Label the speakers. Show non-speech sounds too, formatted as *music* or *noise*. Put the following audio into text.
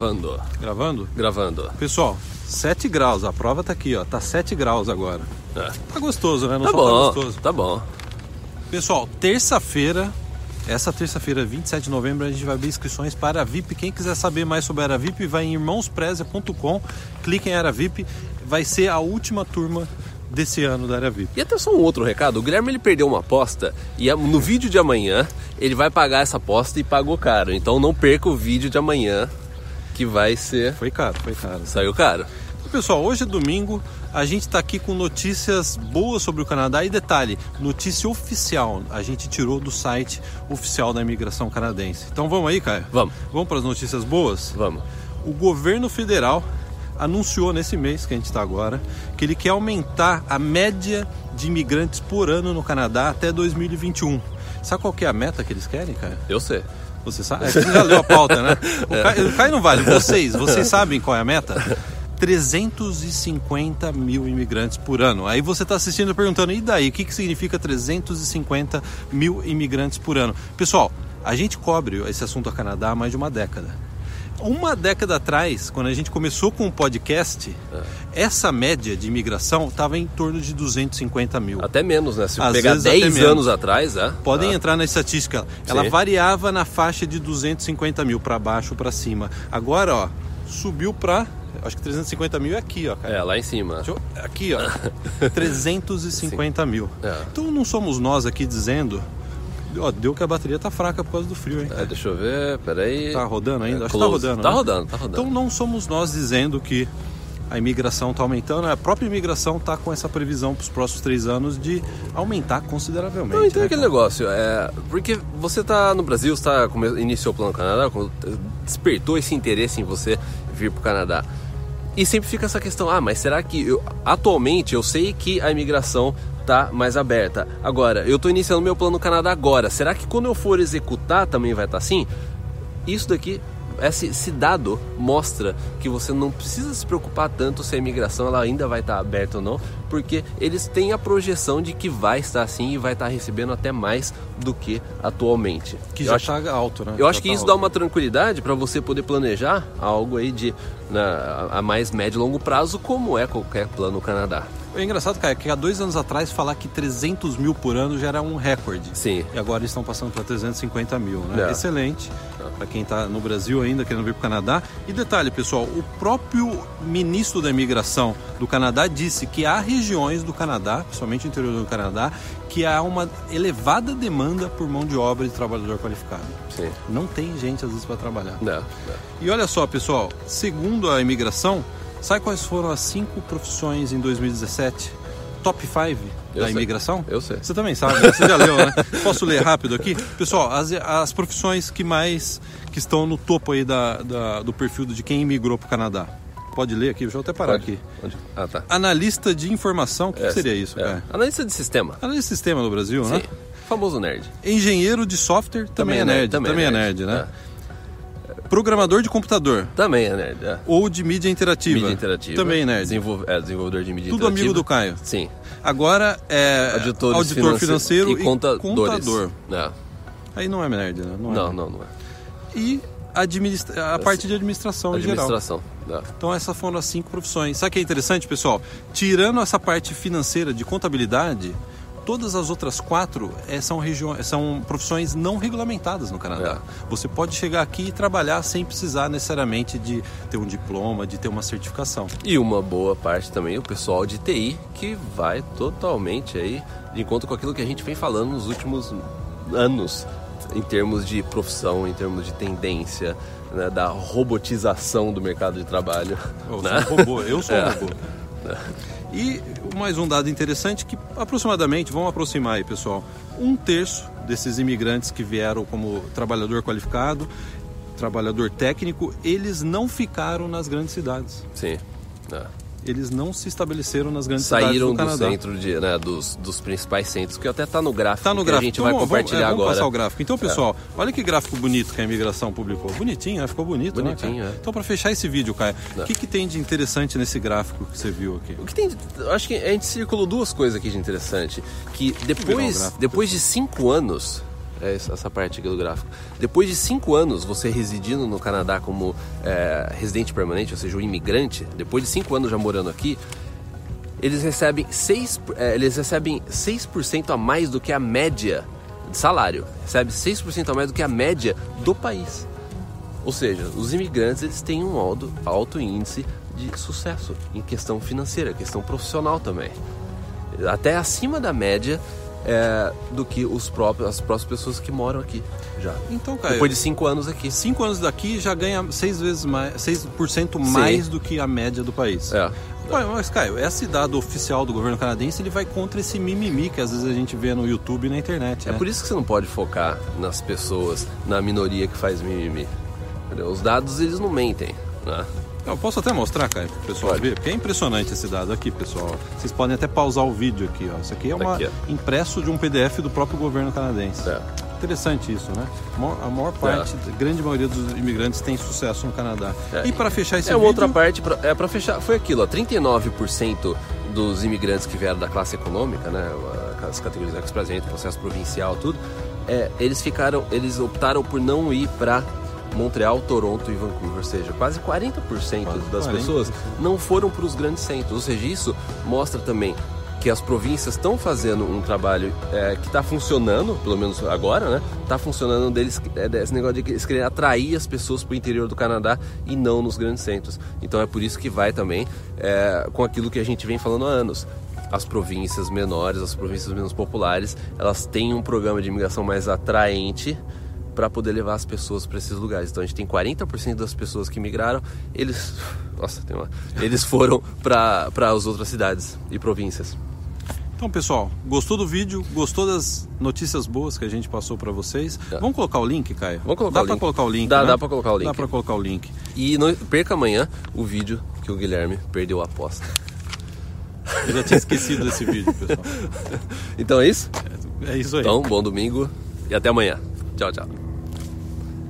Speaker 1: Gravando,
Speaker 2: Gravando?
Speaker 1: gravando. É.
Speaker 2: Pessoal, 7 graus, a prova tá aqui, ó. Tá 7 graus agora.
Speaker 1: É.
Speaker 2: Tá gostoso, né? Não
Speaker 1: Tá
Speaker 2: só tá
Speaker 1: bom,
Speaker 2: gostoso.
Speaker 1: tá bom.
Speaker 2: Pessoal, terça-feira, essa terça-feira, 27 de novembro, a gente vai abrir inscrições para a VIP. Quem quiser saber mais sobre a Era VIP, vai em irmãospreza.com, clique em Era VIP, vai ser a última turma desse ano da Era VIP.
Speaker 1: E até só um outro recado, o Guilherme ele perdeu uma aposta e a- no vídeo de amanhã ele vai pagar essa aposta e pagou caro. Então não perca o vídeo de amanhã que vai ser
Speaker 2: Foi caro, foi caro.
Speaker 1: saiu caro.
Speaker 2: Pessoal, hoje é domingo, a gente está aqui com notícias boas sobre o Canadá e detalhe, notícia oficial, a gente tirou do site oficial da imigração canadense. Então vamos aí, Caio?
Speaker 1: Vamos.
Speaker 2: Vamos para as notícias boas?
Speaker 1: Vamos.
Speaker 2: O governo federal anunciou nesse mês que a gente está agora que ele quer aumentar a média de imigrantes por ano no Canadá até 2021. Sabe qual que é a meta que eles querem, Caio?
Speaker 1: Eu sei.
Speaker 2: Você sabe? É, Você já leu a pauta, né? O Caio, o Caio não vale. Vocês, vocês sabem qual é a meta? 350 mil imigrantes por ano. Aí você está assistindo e perguntando, e daí? O que, que significa 350 mil imigrantes por ano? Pessoal, a gente cobre esse assunto a Canadá há mais de uma década. Uma década atrás, quando a gente começou com o podcast, essa média de imigração estava em torno de 250 mil.
Speaker 1: Até menos, né? Se
Speaker 2: Às
Speaker 1: pegar
Speaker 2: vezes até
Speaker 1: 10
Speaker 2: menos.
Speaker 1: anos atrás, é.
Speaker 2: Podem entrar na estatística. Ela
Speaker 1: Sim.
Speaker 2: variava na faixa de 250 mil para baixo, para cima. Agora, ó, subiu para acho que 350 mil é aqui, ó, cara.
Speaker 1: É, lá em cima.
Speaker 2: Deixa eu-
Speaker 1: *laughs*
Speaker 2: Aqui, ó, 350 mil.
Speaker 1: É.
Speaker 2: Então não somos nós aqui dizendo, ó, deu que a bateria tá fraca por causa do frio, hein?
Speaker 1: É, deixa eu ver, peraí.
Speaker 2: Tá rodando ainda?
Speaker 1: É,
Speaker 2: Acho que tá
Speaker 1: close.
Speaker 2: rodando.
Speaker 1: Tá
Speaker 2: né?
Speaker 1: rodando, tá rodando.
Speaker 2: Então não somos nós dizendo que a imigração está aumentando, a própria imigração está com essa previsão para os próximos três anos de aumentar consideravelmente.
Speaker 1: Não, então é
Speaker 2: né,
Speaker 1: aquele
Speaker 2: cara?
Speaker 1: negócio, é, porque você tá no Brasil, você tá, come- iniciou o Plano Canadá, quando despertou esse interesse em você vir pro Canadá. E sempre fica essa questão, ah, mas será que... eu- atualmente eu sei que a imigração tá mais aberta. Agora, eu tô iniciando meu Plano Canadá agora, será que quando eu for executar também vai estar assim? Isso daqui, esse, esse dado mostra que você não precisa se preocupar tanto se a imigração ela ainda vai estar aberta ou não, porque eles têm a projeção de que vai estar assim e vai estar recebendo até mais do que atualmente.
Speaker 2: Que
Speaker 1: Eu
Speaker 2: já
Speaker 1: acho-
Speaker 2: está alto, né?
Speaker 1: eu acho
Speaker 2: Já
Speaker 1: que
Speaker 2: tá
Speaker 1: isso dá
Speaker 2: alto.
Speaker 1: uma tranquilidade para você poder planejar algo aí de na- a mais médio e longo prazo, como é qualquer plano no Canadá.
Speaker 2: É engraçado, cara, que há dois anos atrás falar que 300 mil por ano já era um recorde.
Speaker 1: Sim.
Speaker 2: E agora eles estão passando para 350 mil, né?
Speaker 1: É.
Speaker 2: Excelente. Para quem está no Brasil ainda, querendo vir para o Canadá. E detalhe, pessoal, o próprio ministro da imigração do Canadá disse que há regiões do Canadá, principalmente o interior do Canadá, que há uma elevada demanda por mão de obra e trabalhador qualificado.
Speaker 1: Sim.
Speaker 2: Não tem gente, às vezes, para trabalhar.
Speaker 1: Não,
Speaker 2: E olha só, pessoal, segundo a imigração, sabe quais foram as cinco profissões em 2017? Top 5
Speaker 1: Eu
Speaker 2: da
Speaker 1: sei.
Speaker 2: imigração?
Speaker 1: Eu sei.
Speaker 2: Você também sabe, né? você já leu, né? Posso ler rápido aqui? Pessoal, as, as profissões que mais que estão no topo aí da, da- do perfil de quem imigrou para o Canadá. Pode ler aqui, deixa eu até parar aqui.
Speaker 1: Onde? Ah, tá.
Speaker 2: Analista de informação, o que, que
Speaker 1: É,
Speaker 2: seria isso,
Speaker 1: é.
Speaker 2: cara?
Speaker 1: Analista de sistema.
Speaker 2: Analista de sistema no Brasil, né?
Speaker 1: Sim. Famoso nerd.
Speaker 2: Engenheiro de software também, é nerd, também, é nerd, é. né? Programador de computador
Speaker 1: Também é nerd. É.
Speaker 2: ou de mídia interativa.
Speaker 1: Mídia interativa.
Speaker 2: Também nerd.
Speaker 1: Desenvol- é, desenvolvedor de mídia
Speaker 2: Tudo
Speaker 1: interativa.
Speaker 2: amigo do Caio.
Speaker 1: Sim.
Speaker 2: Agora é
Speaker 1: Auditores
Speaker 2: auditor financeiro,
Speaker 1: e contadores.
Speaker 2: contador.
Speaker 1: É.
Speaker 2: Aí não é nerd, né? Não, é.
Speaker 1: Não, não, não é.
Speaker 2: E administra... a parte de administração em geral.
Speaker 1: Administração. É.
Speaker 2: Então essas foram as cinco profissões. Sabe o que é interessante, pessoal? Tirando essa parte financeira de contabilidade, todas as outras quatro é, são, regiões, são profissões não regulamentadas no Canadá.
Speaker 1: É.
Speaker 2: Você pode chegar aqui e trabalhar sem precisar necessariamente de ter um diploma, de ter uma certificação.
Speaker 1: E uma boa parte também o pessoal de TI que vai totalmente aí de encontro com aquilo que a gente vem falando nos últimos anos em termos de profissão, em termos de tendência, né, da robotização do mercado de trabalho.
Speaker 2: Eu
Speaker 1: né?
Speaker 2: sou um robô, eu sou um
Speaker 1: *laughs* É.
Speaker 2: robô. E mais um dado interessante que aproximadamente, vamos aproximar aí pessoal, um terço desses imigrantes que vieram como trabalhador qualificado, trabalhador técnico, eles não ficaram nas grandes cidades.
Speaker 1: Sim. É.
Speaker 2: Eles não se estabeleceram nas grandes
Speaker 1: Saíram
Speaker 2: cidades do
Speaker 1: do
Speaker 2: Canadá.
Speaker 1: centro de, né, dos, dos principais centros, que até tá no gráfico,
Speaker 2: Tá no
Speaker 1: que
Speaker 2: gráfico.
Speaker 1: a gente
Speaker 2: Então,
Speaker 1: vai
Speaker 2: vamos-
Speaker 1: compartilhar
Speaker 2: vamos, é, vamos
Speaker 1: agora.
Speaker 2: passar o gráfico. Então, pessoal, olha que gráfico bonito que a imigração publicou. Bonitinho, né? Ficou bonito, né?
Speaker 1: Bonitinho,
Speaker 2: cara?
Speaker 1: é.
Speaker 2: Então, para fechar esse vídeo, Caio, o
Speaker 1: É.
Speaker 2: que, que tem de interessante nesse gráfico que você viu aqui?
Speaker 1: O que tem. de- eu Acho que a gente circulou duas coisas aqui de interessante. Que
Speaker 2: virar um
Speaker 1: depois,
Speaker 2: gráfico.
Speaker 1: depois de cinco anos, é essa essa parte aqui do gráfico. Depois de cinco anos você residindo no Canadá como é, residente permanente, ou seja, um imigrante, depois de cinco anos já morando aqui, eles recebem 6, eh, eles recebem 6% a mais do que a média de salário. Recebe 6% a mais do que a média do país. Ou seja, os imigrantes eles têm um alto, alto índice de sucesso em questão financeira, questão profissional também. Até acima da média eh, do que os próprios, as próprias pessoas que moram aqui já.
Speaker 2: Então, Caio,
Speaker 1: Depois de cinco anos aqui.
Speaker 2: cinco anos daqui já ganha seis vezes mais, 6% mais do que a média do país.
Speaker 1: É.
Speaker 2: Ué, mas, Caio, esse dado oficial do governo canadense ele vai contra esse mimimi que às vezes a gente vê no YouTube e na internet.
Speaker 1: É
Speaker 2: né?
Speaker 1: por isso que você não pode focar nas pessoas, na minoria que faz mimimi. Entendeu? Os dados, eles não mentem. Né?
Speaker 2: Eu posso até mostrar, Caio, pro pessoal
Speaker 1: Pode.
Speaker 2: ver, porque é impressionante esse dado aqui, pessoal. Vocês podem até pausar o vídeo aqui, ó. Isso aqui é uma
Speaker 1: Aqui,
Speaker 2: impresso de um PDF do próprio governo canadense.
Speaker 1: É.
Speaker 2: Interessante isso, né? A maior- A maior parte, a grande maioria dos imigrantes tem sucesso no Canadá.
Speaker 1: É.
Speaker 2: E para fechar esse
Speaker 1: É uma
Speaker 2: vídeo,
Speaker 1: outra parte, pra, é para fechar, foi aquilo, ó, 39% dos imigrantes que vieram da classe econômica, né, as categorias né, Express, Entry, processo provincial, tudo, é, eles ficaram, eles optaram por não ir para Montreal, Toronto e Vancouver, ou seja, quase 40% das
Speaker 2: 40%.
Speaker 1: pessoas não foram para os grandes centros, ou seja, isso mostra também que as províncias estão fazendo um trabalho é, que está funcionando, pelo menos agora, né? Está funcionando deles é, desse negócio de que eles querem atrair as pessoas para o interior do Canadá e não nos grandes centros. Então é por isso que vai também é, com aquilo que a gente vem falando há anos. As províncias menores, as províncias menos populares, elas têm um programa de imigração mais atraente para poder levar as pessoas para esses lugares. Então a gente tem 40% das pessoas que migraram, eles, nossa, tem uma, eles foram para as outras cidades e províncias.
Speaker 2: Então, pessoal, gostou do vídeo? Gostou das notícias boas que a gente passou para vocês? Vamos colocar o link, Caio?
Speaker 1: É. Vamos colocar
Speaker 2: dá
Speaker 1: o
Speaker 2: pra
Speaker 1: link.
Speaker 2: colocar o link,
Speaker 1: Dá-
Speaker 2: né?
Speaker 1: dá pra colocar o
Speaker 2: Dá
Speaker 1: link.
Speaker 2: para colocar o link.
Speaker 1: E não perca amanhã o vídeo que o Guilherme perdeu a aposta.
Speaker 2: Eu já tinha esquecido desse vídeo,
Speaker 1: *laughs*
Speaker 2: pessoal.
Speaker 1: Então é isso?
Speaker 2: É isso aí.
Speaker 1: Então, bom domingo e até amanhã. Tchau, tchau.